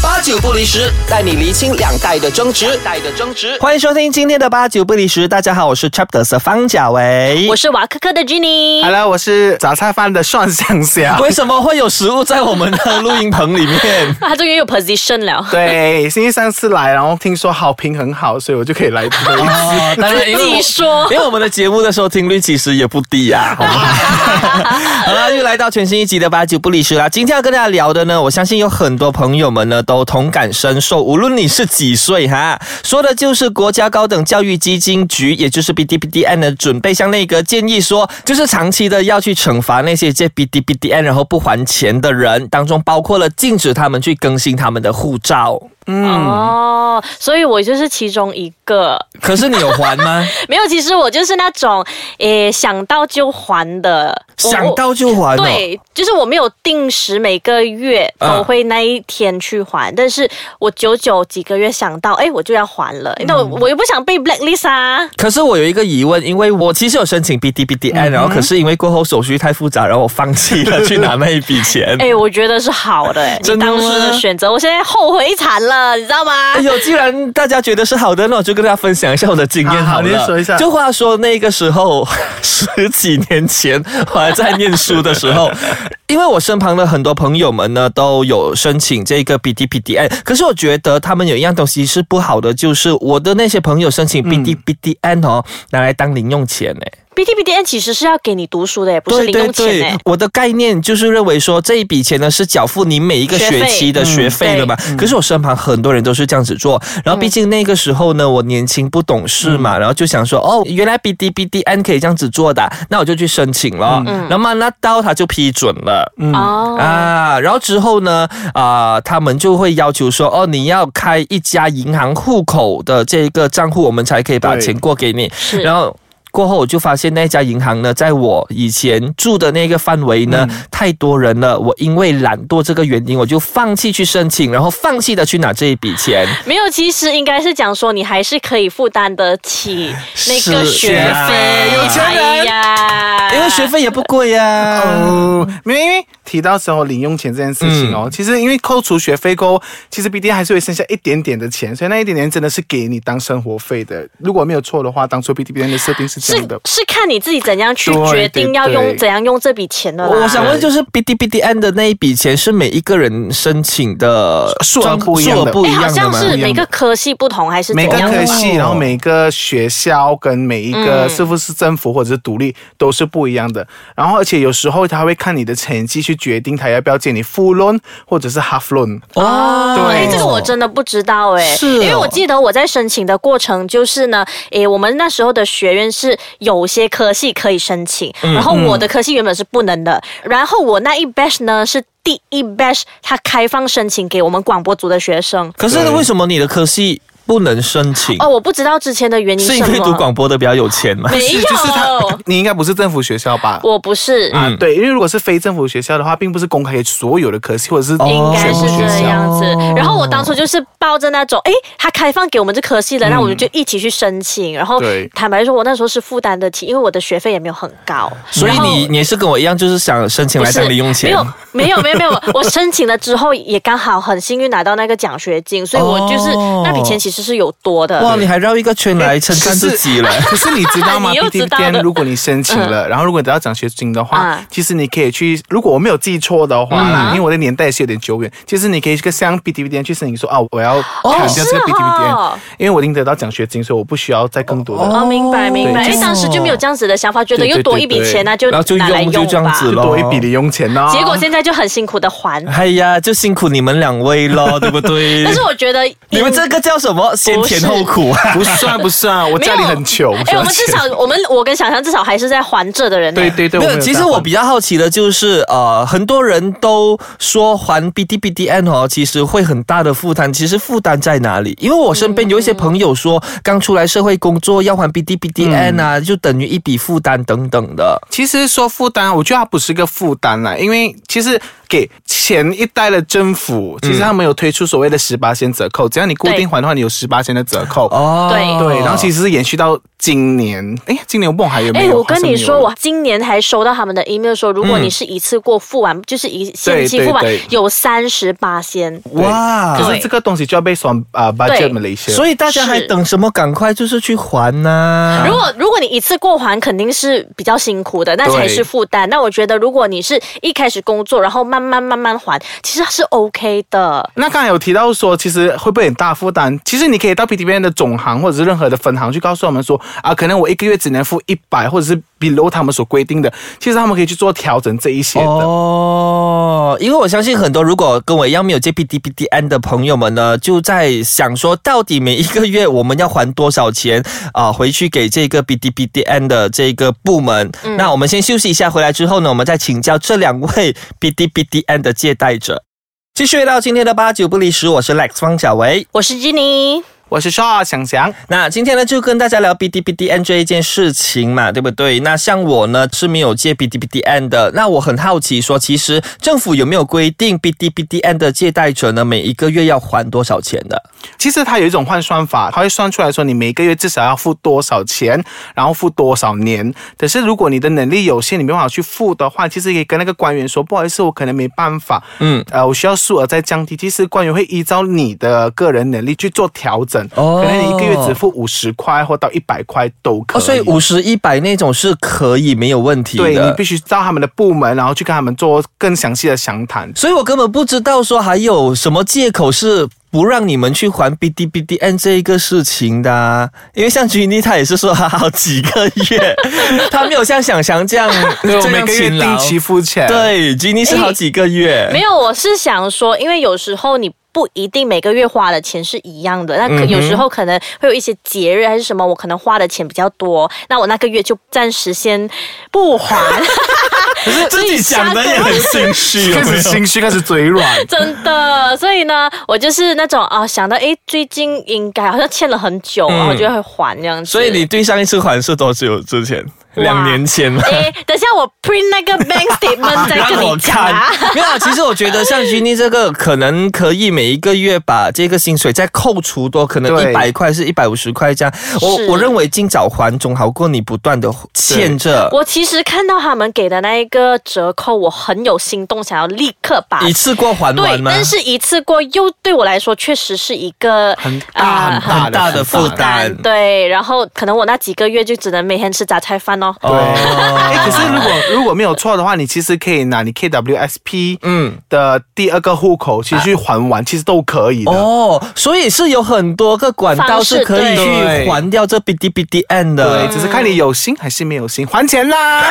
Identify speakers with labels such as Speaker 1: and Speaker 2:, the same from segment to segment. Speaker 1: 八九不离十，带你厘清两代的争执。
Speaker 2: 代的争执。
Speaker 1: 欢迎收听今天的八九不离十，大家好，我是 Chapters 的方甲维
Speaker 3: 我。是瓦科科的 Jenny。
Speaker 4: 好了，我是杂菜饭的蒜香 虾。
Speaker 1: 为什么会有食物在我们的录音棚里面？
Speaker 3: 他终于有 position 了，
Speaker 4: 对，星期三次来，然后听说好评很好，所以我就可以来多一 次。
Speaker 1: 哦，当然因
Speaker 3: 自
Speaker 1: 为
Speaker 3: 己
Speaker 1: 我
Speaker 3: 说
Speaker 1: 因为我们的节目的收听率其实也不低 呀、好吗好了，又来到全新一集的八九不离十啦。今天要跟大家聊的呢，我相信有很多朋友们呢都同感深受，无论你是几岁哈，说的就是国家高等教育基金局，也就是 BDBDN 的准备向内阁建议说，就是长期的要去惩罚那些借 BDBDN 然后不还钱的人，当中包括了禁止他们去更新他们的护照。
Speaker 3: 哦，所以我就是其中一个。
Speaker 1: 可是你有还吗？
Speaker 3: 没有，其实我就是那种，诶，想到就还的。 我
Speaker 1: 想到就还、
Speaker 3: 我
Speaker 1: 哦。啊
Speaker 3: 对，就是我没有定时每个月都会那一天去还，但是我久久几个月想到，哎，我就要还了。
Speaker 1: 嗯
Speaker 3: 那我我又不想被 blacklist 啊。
Speaker 1: 可是我有一个疑问，因为我其实有申请 B D B D
Speaker 4: 嗯
Speaker 1: N，、然后可是因为过后手续太复杂，然后我放弃了去拿那一笔钱。
Speaker 3: 哎，我觉得是好的，哎 你
Speaker 1: 真的吗
Speaker 3: 当初的选择，我现在后悔惨了，你知道吗？
Speaker 1: 哎呦，既然大家觉得是好的，那我就跟大家分享一下我的经验
Speaker 4: 好
Speaker 1: 好了。
Speaker 4: 你说一下
Speaker 1: 就话说那个时候， 十几年前我还在念书的时 候，因为我身旁的很多朋友们呢都有申请这个 B D B D N，可是我觉得他们有一样东西是不好的，就是我的那些朋友申请
Speaker 4: 嗯
Speaker 1: B D B D N 哦，拿来当零用钱呢、
Speaker 3: B T B D N 其实是要给你读书的耶，不是
Speaker 1: 对
Speaker 3: 零
Speaker 1: 对
Speaker 3: 用钱
Speaker 1: 对，
Speaker 3: 哎。
Speaker 1: 欸我的概念就是认为说这一笔钱呢是缴付你每一个学期的学费了嘛。可是我身旁很多人都是这样子做，然后毕竟那个时候呢，我年轻不懂事嘛，然后就想说哦，原来 B D B D N 可以这样子做的啊，那我就去申请了。那么那到他就批准了。
Speaker 3: 哦，
Speaker 1: 嗯啊，然后之后呢，啊、他们就会要求说，哦，你要开一家银行户口的这个账户，我们才可以把
Speaker 4: 对
Speaker 1: 钱过给你。
Speaker 3: 是
Speaker 1: 然后。过后我就发现那家银行呢，在我以前住的那个范围呢，
Speaker 3: 嗯
Speaker 1: 太多人了。我因为懒惰这个原因，我就放弃去申请，然后放弃的去拿这一笔钱。
Speaker 3: 没有，其实应该是讲说你还是可以负担得起那个
Speaker 1: 是
Speaker 3: 学费，
Speaker 1: 有钱人
Speaker 3: 哎呀，
Speaker 1: 因为学费也不贵啊呀、
Speaker 4: 哦，没有，因为提到时候零用钱这件事情哦，其实因为扣除学费过后，其实 B D 还是会剩下一点点的钱，所以那一点点真的是给你当生活费的。如果没有错的话，当初 B D B N 的设定是这
Speaker 3: 是
Speaker 4: 样的。
Speaker 3: 是看你自己怎样去
Speaker 4: 对
Speaker 3: 决定
Speaker 4: 对
Speaker 3: 要用
Speaker 4: 对
Speaker 3: 怎样用这笔钱的啦。
Speaker 1: 我想问，就是 B D B D N 的那一笔钱是每一个人申请的
Speaker 4: 数额不一样的
Speaker 1: 数额不一
Speaker 3: 哎，好
Speaker 1: 样的
Speaker 3: 像
Speaker 1: 吗？
Speaker 3: 是每个科系不同还是怎
Speaker 4: 每个
Speaker 3: 样？哦
Speaker 4: 科系，然后每个学校跟每一个
Speaker 3: 嗯
Speaker 4: 是不是政府或者是独立都是不一样的。然后，而且有时候他会看你的成绩去决定他要不要借你 full loan 或者是 half loan。
Speaker 1: 哦
Speaker 4: 对
Speaker 3: 哎，这个我真的不知道哎、
Speaker 1: 是哦
Speaker 3: 因为我记得我在申请的过程就是呢，哎，我们那时候的学院是有些科系可以申请，
Speaker 1: 嗯
Speaker 3: 然后我的科系原本是不能的，然后我那一 batch 呢是第一 batch，它开放申请给我们广播组的学生。
Speaker 1: 可是为什么你的科系不能申请？
Speaker 3: 哦，我不知道之前的原因
Speaker 1: 是
Speaker 3: 是
Speaker 1: 因
Speaker 3: 什
Speaker 1: 为读
Speaker 3: 么，
Speaker 1: 广播的比较有钱吗？
Speaker 3: 没有，
Speaker 4: 就是他， 你应该不是政府学校吧？
Speaker 3: 我不是。
Speaker 4: 啊，对，因为如果是非政府学校的话，并不是公开给所有的科系或者是
Speaker 1: 哦
Speaker 3: 应该
Speaker 4: 全部
Speaker 3: 是
Speaker 4: 学
Speaker 3: 这
Speaker 4: 校。
Speaker 3: 样子。然后我当初就是抱着那种，诶，他开放给我们这科系
Speaker 1: 嗯
Speaker 3: 了，那我们就一起去申请。然后
Speaker 4: 对
Speaker 3: 坦白说，我那时候是负担得起，因为我的学费也没有很高。
Speaker 1: 所以你你也是跟我一样，就是想申请
Speaker 3: 不
Speaker 1: 来
Speaker 3: 是
Speaker 1: 当零用钱
Speaker 3: 没。有没有没有没 有，我申请了之后也刚好很幸运拿到那个奖学金，所以我就是、
Speaker 1: 哦
Speaker 3: 那笔钱其实是有多的。
Speaker 1: 哇，你还绕一个圈来称赞自己了。
Speaker 4: 可是你知道 吗
Speaker 3: 你又知道嗯了
Speaker 4: ？BTPN 如果你申请了，然后如果得到奖学金的话
Speaker 3: 啊，
Speaker 4: 其实你可以去，如果我没有记错的话
Speaker 3: 嗯
Speaker 4: 啦，因为我的年代也是有点久远，其实你可以去向 BTPN 去申请说啊，我要砍掉这个
Speaker 3: 是哦
Speaker 4: BTPN，因为我已经得到奖学金，所以我不需要再更多的。
Speaker 3: 哦，明白明白，
Speaker 4: 对
Speaker 3: 因为当时就没有这样子的想法，觉得
Speaker 4: 对对
Speaker 3: 又多一笔
Speaker 4: 对对
Speaker 3: 钱那就
Speaker 1: 然后就
Speaker 3: 拿来
Speaker 1: 用
Speaker 3: 用
Speaker 1: 就这样
Speaker 3: 吧。
Speaker 1: 子咯
Speaker 4: 多一笔零用钱啊呢、
Speaker 3: 结果现在就很辛苦 的还，
Speaker 1: 哎呀，就辛苦你们两位 咯，对不对？
Speaker 3: 但是我觉得
Speaker 1: 你们
Speaker 3: 应
Speaker 1: 这个叫什么？先甜后苦啊！
Speaker 4: 不算不算， 我家里很穷。
Speaker 3: 哎、我们至少我们我跟想象至少还是在还着的人呢、
Speaker 4: 对对对，
Speaker 1: 没
Speaker 4: 们
Speaker 1: 有，其实我比较好奇的就是，呃，很多人都说还 B D B D N 哦，其实会很大的负担。其实负担在哪里？因为我身边有一些朋友说，刚出来社会工作要还 B D B D N 啊，就等于一笔负担等等的。
Speaker 4: 其实说负担，我觉得它不是个负担啦，因为其实给前一代的政府，其实他们有推出所谓的十八先折扣，只要你固定还的话，你有十八先的折扣。
Speaker 1: 哦，
Speaker 3: 对哎
Speaker 4: 对，然后其实是延续到今年，哎，今年我梦还有没
Speaker 3: 哎、
Speaker 4: 有？
Speaker 3: 我跟你说，
Speaker 4: 好像没有
Speaker 3: 我今年还收到他们的 email 说，如果你是一次过付完，就是一现金
Speaker 4: 对
Speaker 3: 付完，
Speaker 4: 嗯对
Speaker 3: 有三十八先。
Speaker 1: 哇
Speaker 3: 对
Speaker 4: 可是这个东西就要被算啊 budget
Speaker 3: 对
Speaker 4: Malaysia，
Speaker 1: 所以大家还等什么？赶快就是去还呐、
Speaker 3: 如
Speaker 4: 啊
Speaker 3: 果如果你一次过还，肯定是比较辛苦的，那才是负担。那我觉得，如果你是一开始工作，然后慢慢慢慢还，其实是 OK 的。
Speaker 4: 那刚才有提到说，其实会不会很大负担？其实你可以到 PTBN 的总行或者是任何的分行去告诉我们说，啊，可能我一个月只能付一百，或者是 below 他们所规定的。其实他们可以去做调整这一些的。
Speaker 1: 哦，因为我相信很多如果跟我一样没有借 P D P D N 的朋友们呢，就在想说，到底每一个月我们要还多少钱啊、回去给这个 P D P D N 的这个部门、那我们先休息一下，回来之后呢，我们再请教这两位 P D P D N 的借贷者。继续回到今天的八九不离十，我是 Lex 方小维。
Speaker 3: 我是 Jenny，
Speaker 4: 我是 Shaw 想想，
Speaker 1: 那今天呢，就跟大家聊 B D B D N 这一件事情嘛，对不对？那像我呢是没有借 B D B D N 的，那我很好奇说，其实政府有没有规定 B D B D N 的借贷者呢，每一个月要还多少钱的？
Speaker 4: 其实它有一种换算法，它会算出来说你每个月至少要付多少钱，然后付多少年。可是如果你的能力有限，你没办法去付的话，其实可以跟那个官员说，不好意思，我可能没办法，
Speaker 1: 嗯，
Speaker 4: 呃，我需要数额再降低。其实官员会依照你的个人能力去做调整，
Speaker 1: 哦
Speaker 4: 可能你一个月只付五十块或到一百块都可以。
Speaker 1: 哦，所以五十一百那种是可以没有问题的。
Speaker 4: 对你必须到他们的部门，然后去跟他们做更详细的详谈。
Speaker 1: 所以我根本不知道说还有什么借口是不让你们去还 B D B D N 这一个事情的、啊，因为像君妮她也是说她好几个月，她没有像想翔这 样，
Speaker 4: 对，我
Speaker 1: 这
Speaker 4: 每
Speaker 1: 样
Speaker 4: 个月
Speaker 1: 勤劳
Speaker 4: 定期付钱。。
Speaker 1: 对，吉尼是好几个月。
Speaker 3: 没有，我是想说，因为有时候你。不一定每个月花的钱是一样的，那可
Speaker 1: 嗯哼
Speaker 3: 有时候可能会有一些节日还是什么，我可能花的钱比较多，那我那个月就暂时先不还。
Speaker 1: 自己讲的也很心 虚，有
Speaker 4: 开
Speaker 1: 没
Speaker 4: 始
Speaker 1: 有？
Speaker 4: 心虚，开始嘴软。
Speaker 3: 真的，所以呢，我就是那种啊，想到诶，最近应该好像欠了很久，然后就会还这样
Speaker 1: 嗯
Speaker 3: 子。
Speaker 1: 所以你对上一次还是多久之前？
Speaker 3: 哇
Speaker 1: 两年前了。
Speaker 3: 诶，等一下我 print 那个 bank statement 再跟
Speaker 1: 让我
Speaker 3: 你讲
Speaker 1: 看
Speaker 3: 啊。，
Speaker 1: 没有啊。其实我觉得像吉尼这个，可能可以每一个月把这个薪水再扣除多，可能
Speaker 4: 对
Speaker 1: 一百块是一百五十块这样。我
Speaker 3: 是
Speaker 1: 我认为尽早还总好过你不断的欠着，
Speaker 3: 我其实看到他们给的那一个折扣，我很有心动，想要立刻把。
Speaker 1: 一次过还完
Speaker 3: 对，
Speaker 1: 吗？
Speaker 3: 但是一次过又对我来说确实是一个
Speaker 4: 很
Speaker 3: 啊
Speaker 4: 大
Speaker 1: 很大的负担。
Speaker 3: 对，然后可能我那几个月就只能每天吃杂菜饭哦。
Speaker 4: 对，
Speaker 1: 哦
Speaker 4: 哎、可是如果如果没有错的话，你其实可以拿你 KWSP
Speaker 1: 嗯
Speaker 4: 的第二个户口，其实去还完，其实都可以的。
Speaker 1: 哦，所以是有很多个管道
Speaker 3: 方式
Speaker 1: 是可以
Speaker 3: 对
Speaker 1: 去还掉这 B D B D N 的。
Speaker 4: 对，只是看你有心还是没有心，还钱 啦！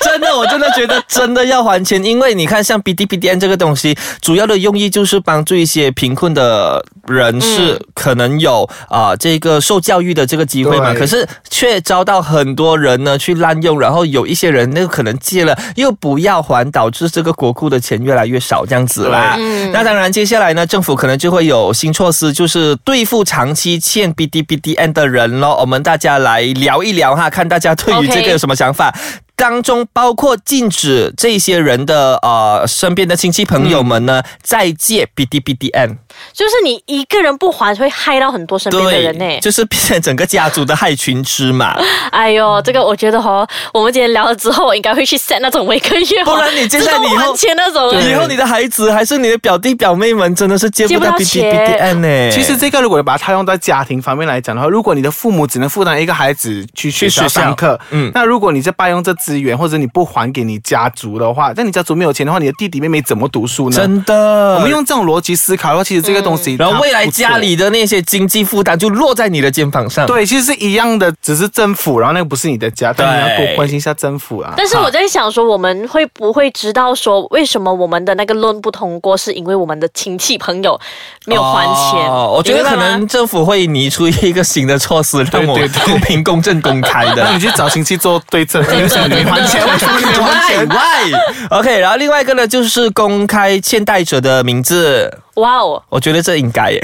Speaker 1: 真的，我真的觉得真的要还钱，因为你看，像 B D B D N 这个东西，主要的用意就是帮助一些贫困的人士，可能有啊、这个受教育的这个机会嘛，
Speaker 4: 对
Speaker 1: 可是却遭到很多人呢去滥用，然后有一些人那个可能借了又不要还，导致这个国库的钱越来越少这样子啦。那当然，接下来呢，政府可能就会有新措施，就是对付长期欠 B D B D N 的人咯。我们大家来聊一聊哈，看大家对于
Speaker 3: OK
Speaker 1: 这个有什么想法。当中包括禁止这些人的呃身边的亲戚朋友们
Speaker 3: 嗯
Speaker 1: 呢，再借 B D B D N，
Speaker 3: 就是你一个人不还，会害到很多身边的人呢、
Speaker 1: 就是变成整个家族的害群之 马。
Speaker 3: 哎呦，这个我觉得哦，我们今天聊了之后，我应该会去 set 那种每个月
Speaker 1: 不
Speaker 3: 哦，
Speaker 1: 然你接
Speaker 3: 自
Speaker 1: 下来
Speaker 3: 动
Speaker 1: 你以后
Speaker 3: 还钱那种。
Speaker 1: 以后你的孩子还是你的表弟表妹们，真的是借
Speaker 3: 借
Speaker 1: 不
Speaker 3: 不
Speaker 1: 到
Speaker 3: 到
Speaker 1: B D B
Speaker 3: 钱
Speaker 1: D N 呢、
Speaker 4: 其实这个如果把它套用到家庭方面来讲的话，如果你的父母只能负担一个孩子去学
Speaker 1: 去
Speaker 4: 校
Speaker 1: 学校
Speaker 4: 上课，
Speaker 1: 嗯
Speaker 4: 嗯，那如果你在霸用这资源，或者你不还给你家族的话，那你家族没有钱的话，你的弟弟妹妹怎么读书呢？
Speaker 1: 真的，嗯
Speaker 4: 我们用这种逻辑思考的话，其实这个东西它不错、
Speaker 1: 然后未来家里的那些经济负担就落在你的肩膀上。，
Speaker 4: 对，其实是一样的，只是政府，然后那个不是你的家，但你要
Speaker 1: 对
Speaker 4: 多关心一下政府啊。
Speaker 3: 但是我在想说，我们会不会知道说为什么我们的那个 loan 不通过，是因为我们的亲戚朋友没有还钱？
Speaker 1: 哦，我觉得
Speaker 3: 你
Speaker 1: 可
Speaker 3: 明白吗
Speaker 1: 能政府会拟出一个新的措施，让我
Speaker 4: 对对
Speaker 1: 公平、公正、公开的。
Speaker 4: 那你去找亲戚做 对证，为什么你没还钱？为什么你没还钱？
Speaker 1: 喂 OK，然后另外一个呢，就是公开欠贷者的名字，
Speaker 3: 哇哦，
Speaker 1: 我觉得这应该耶。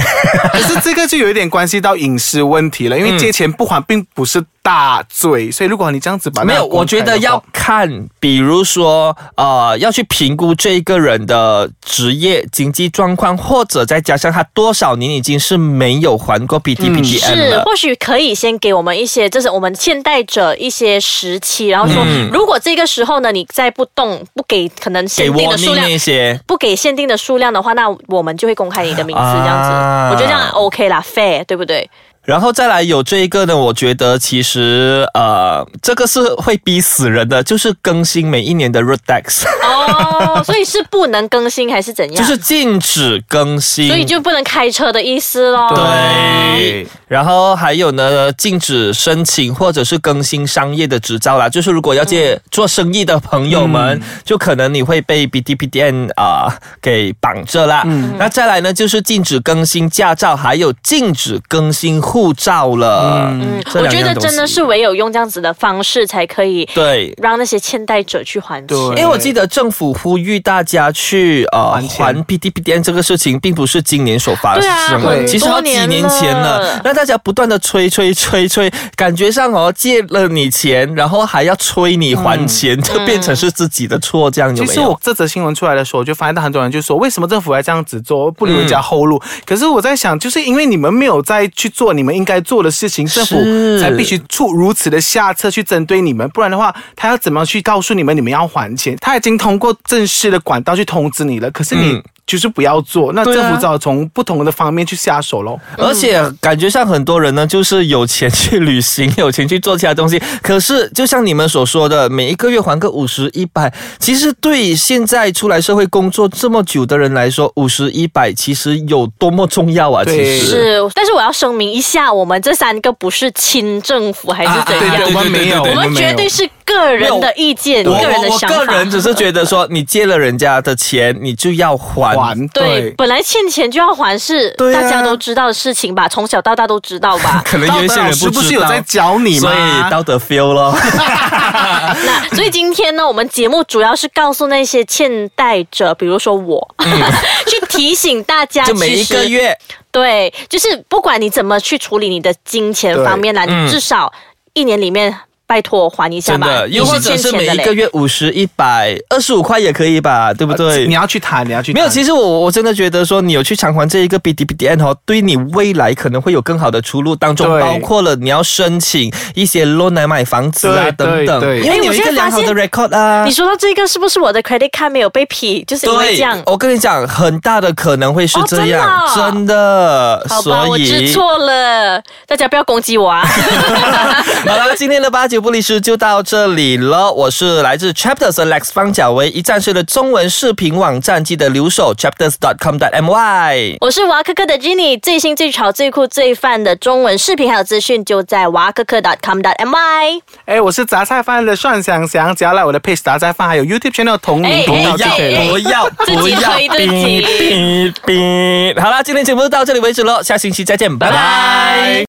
Speaker 4: 可是这个就有一点关系到隐私
Speaker 1: 嗯
Speaker 4: 问题了，因为借钱不还并不是大罪，所以如果你这样子把那
Speaker 1: 没
Speaker 4: 个
Speaker 1: 有，我觉得
Speaker 4: 公开的
Speaker 1: 要
Speaker 4: 话
Speaker 1: 看，比如说呃，要去评估这一个人的职业经济状况，或者再加上他多少年已经是没有还过 P T P T M
Speaker 3: 是
Speaker 1: 嗯了，
Speaker 3: 或许可以先给我们一些，这是我们现代者一些时期，然后说，
Speaker 1: 嗯
Speaker 3: 如果这个时候呢，你再不动，不给可能
Speaker 1: 给
Speaker 3: 限定
Speaker 1: 我
Speaker 3: 的数量
Speaker 1: 那。些。
Speaker 3: 不给限定的数量的话，那我们就会公开你的名字，这样子，
Speaker 1: 啊
Speaker 3: 我觉得这样 OK 啦，fair，对 不对？
Speaker 1: 然后再来有这一个呢，我觉得其实呃，这个是会逼死人的，就是更新每一年的 r o d e x
Speaker 3: 哦，所以是不能更新还是怎样？
Speaker 1: 就是禁止更新。
Speaker 3: 所以就不能开车的意思咯。
Speaker 1: 对，然后还有呢，禁止申请或者是更新商业的执照啦。就是如果要借做生意的朋友们，就可能你会被 B D P D N 啊、给绑着啦。那再来呢，就是禁止更新驾照，还有禁止更新护照了。嗯
Speaker 3: 我觉得真的是唯有用这样子的方式，才可以
Speaker 1: 对。
Speaker 3: 让那些欠贷者去还钱。
Speaker 4: 对
Speaker 1: 因为我记得政府呼吁大家去呃
Speaker 4: 还钱
Speaker 1: 还 P D P D N 这个事情，并不是今年所发
Speaker 3: 对啊
Speaker 1: 生
Speaker 4: 很
Speaker 1: 的，
Speaker 4: 多
Speaker 1: 其实好几年前
Speaker 3: 年
Speaker 1: 了
Speaker 3: 了。
Speaker 1: 那大家不断的催催催催，感觉上哦借了你钱，然后还要催你还钱，就变成是自己的错，这样有
Speaker 4: 其
Speaker 1: 没
Speaker 4: 实
Speaker 1: 有？
Speaker 4: 我这则新闻出来的时候，我就发现到很多人就说，为什么政府要这样子做，不
Speaker 1: 嗯
Speaker 4: 留人家后路？可是我在想，就是因为你们没有再去做你们应该做的事情，政府
Speaker 1: 是
Speaker 4: 才必须出如此的下策去针对你们，不然的话，他要怎么去告诉你们你们要还钱？他已经通过正式的管道去通知你了，可是你。
Speaker 1: 嗯
Speaker 4: 就是不要做，那
Speaker 1: 对
Speaker 4: 政
Speaker 1: 啊
Speaker 4: 府只好从不同的方面去下手喽。
Speaker 1: 而且感觉上很多人呢，就是有钱去旅行，有钱去做其他东西。可是就像你们所说的，每一个月还个五十一百，其实对现在出来社会工作这么久的人来说，五十一百其实有多么重要啊！其
Speaker 4: 对
Speaker 1: 实
Speaker 3: 是，但是我要声明一下，我们这三个不是亲政府还是怎
Speaker 1: 啊啊
Speaker 3: 样，
Speaker 1: 对对
Speaker 4: 我们没有，
Speaker 1: 对对对对
Speaker 3: 我们绝对是个人的意见，
Speaker 1: 我
Speaker 3: 个人的
Speaker 1: 我我
Speaker 3: 想
Speaker 1: 个
Speaker 3: 法
Speaker 1: 人。只是觉得说，你借了人家的钱，你就要还。
Speaker 4: 还
Speaker 3: 对，本来欠钱就要还是
Speaker 1: 对啊。
Speaker 3: 大家都知道的事情吧，从小到大都知道吧
Speaker 1: 可能有一些人不知道，
Speaker 4: 道德老师不是有在教你吗
Speaker 1: 所以道德 feel 咯。
Speaker 3: 那所以今天呢，我们节目主要是告诉那些欠贷者，比如说我， 去提醒大家，
Speaker 1: 嗯就每一
Speaker 3: 其
Speaker 1: 个
Speaker 3: 实
Speaker 1: 月，
Speaker 3: 对，就是不管你怎么去处理你的金钱
Speaker 4: 对
Speaker 3: 方面啦，
Speaker 1: 嗯
Speaker 3: 你至少一年里面拜托还一下
Speaker 1: 真
Speaker 3: 吧。
Speaker 1: 的，
Speaker 3: 你
Speaker 1: 又或者
Speaker 3: 欠
Speaker 1: 是
Speaker 3: 钱
Speaker 1: 每
Speaker 3: 的
Speaker 1: 一
Speaker 3: 嘞
Speaker 1: 个月五十、一百、二十五块也可以吧，对不对？
Speaker 4: 你要去谈，你要去谈
Speaker 1: 没有，其实我我真的觉得说，你有去偿还这一个 B D B D N 哦，对你未来可能会有更好的出路，当中
Speaker 4: 对
Speaker 1: 包括了你要申请一些 loan 来买房子啊
Speaker 4: 对
Speaker 1: 等等
Speaker 4: 对，对
Speaker 1: 因为你有一
Speaker 3: 哎我
Speaker 1: 个
Speaker 3: 现在
Speaker 1: 良
Speaker 3: 发
Speaker 1: 好
Speaker 3: 现
Speaker 1: 的 record 啊
Speaker 3: 你。说到这个，是不是我的 credit card 没有被批？就是因为这样。
Speaker 1: 我跟你讲，很大的可能会是
Speaker 3: 哦
Speaker 1: 这样，真
Speaker 3: 真啊
Speaker 1: 的。
Speaker 3: 好吧，
Speaker 1: 所
Speaker 3: 我知
Speaker 1: 以，
Speaker 3: 错了，大家不要攻击我啊！
Speaker 1: 好了，今天的八九不离十就到这里了。我是来自 Chapters 的 Lex 方小维，一站式的中文视频网站，记得留守 chapters.com.my。
Speaker 3: 我是娃科科的 Jenny，最新最潮最酷最范的中文视频还有资讯，就在娃科科 .com.my。
Speaker 4: 哎，我是杂菜饭的蒜香香，只要来我的 page 杂菜饭，还有 YouTube channel 同名
Speaker 3: 哎
Speaker 4: 频道
Speaker 1: 不
Speaker 4: 就
Speaker 1: 要
Speaker 4: 可以了。
Speaker 1: 不要
Speaker 3: 自
Speaker 1: 不
Speaker 3: 己
Speaker 1: 要！
Speaker 3: 推自己
Speaker 1: 哔哔哔好啦，今天节目就到这里为止喽，下星期再见，拜拜。
Speaker 3: 拜拜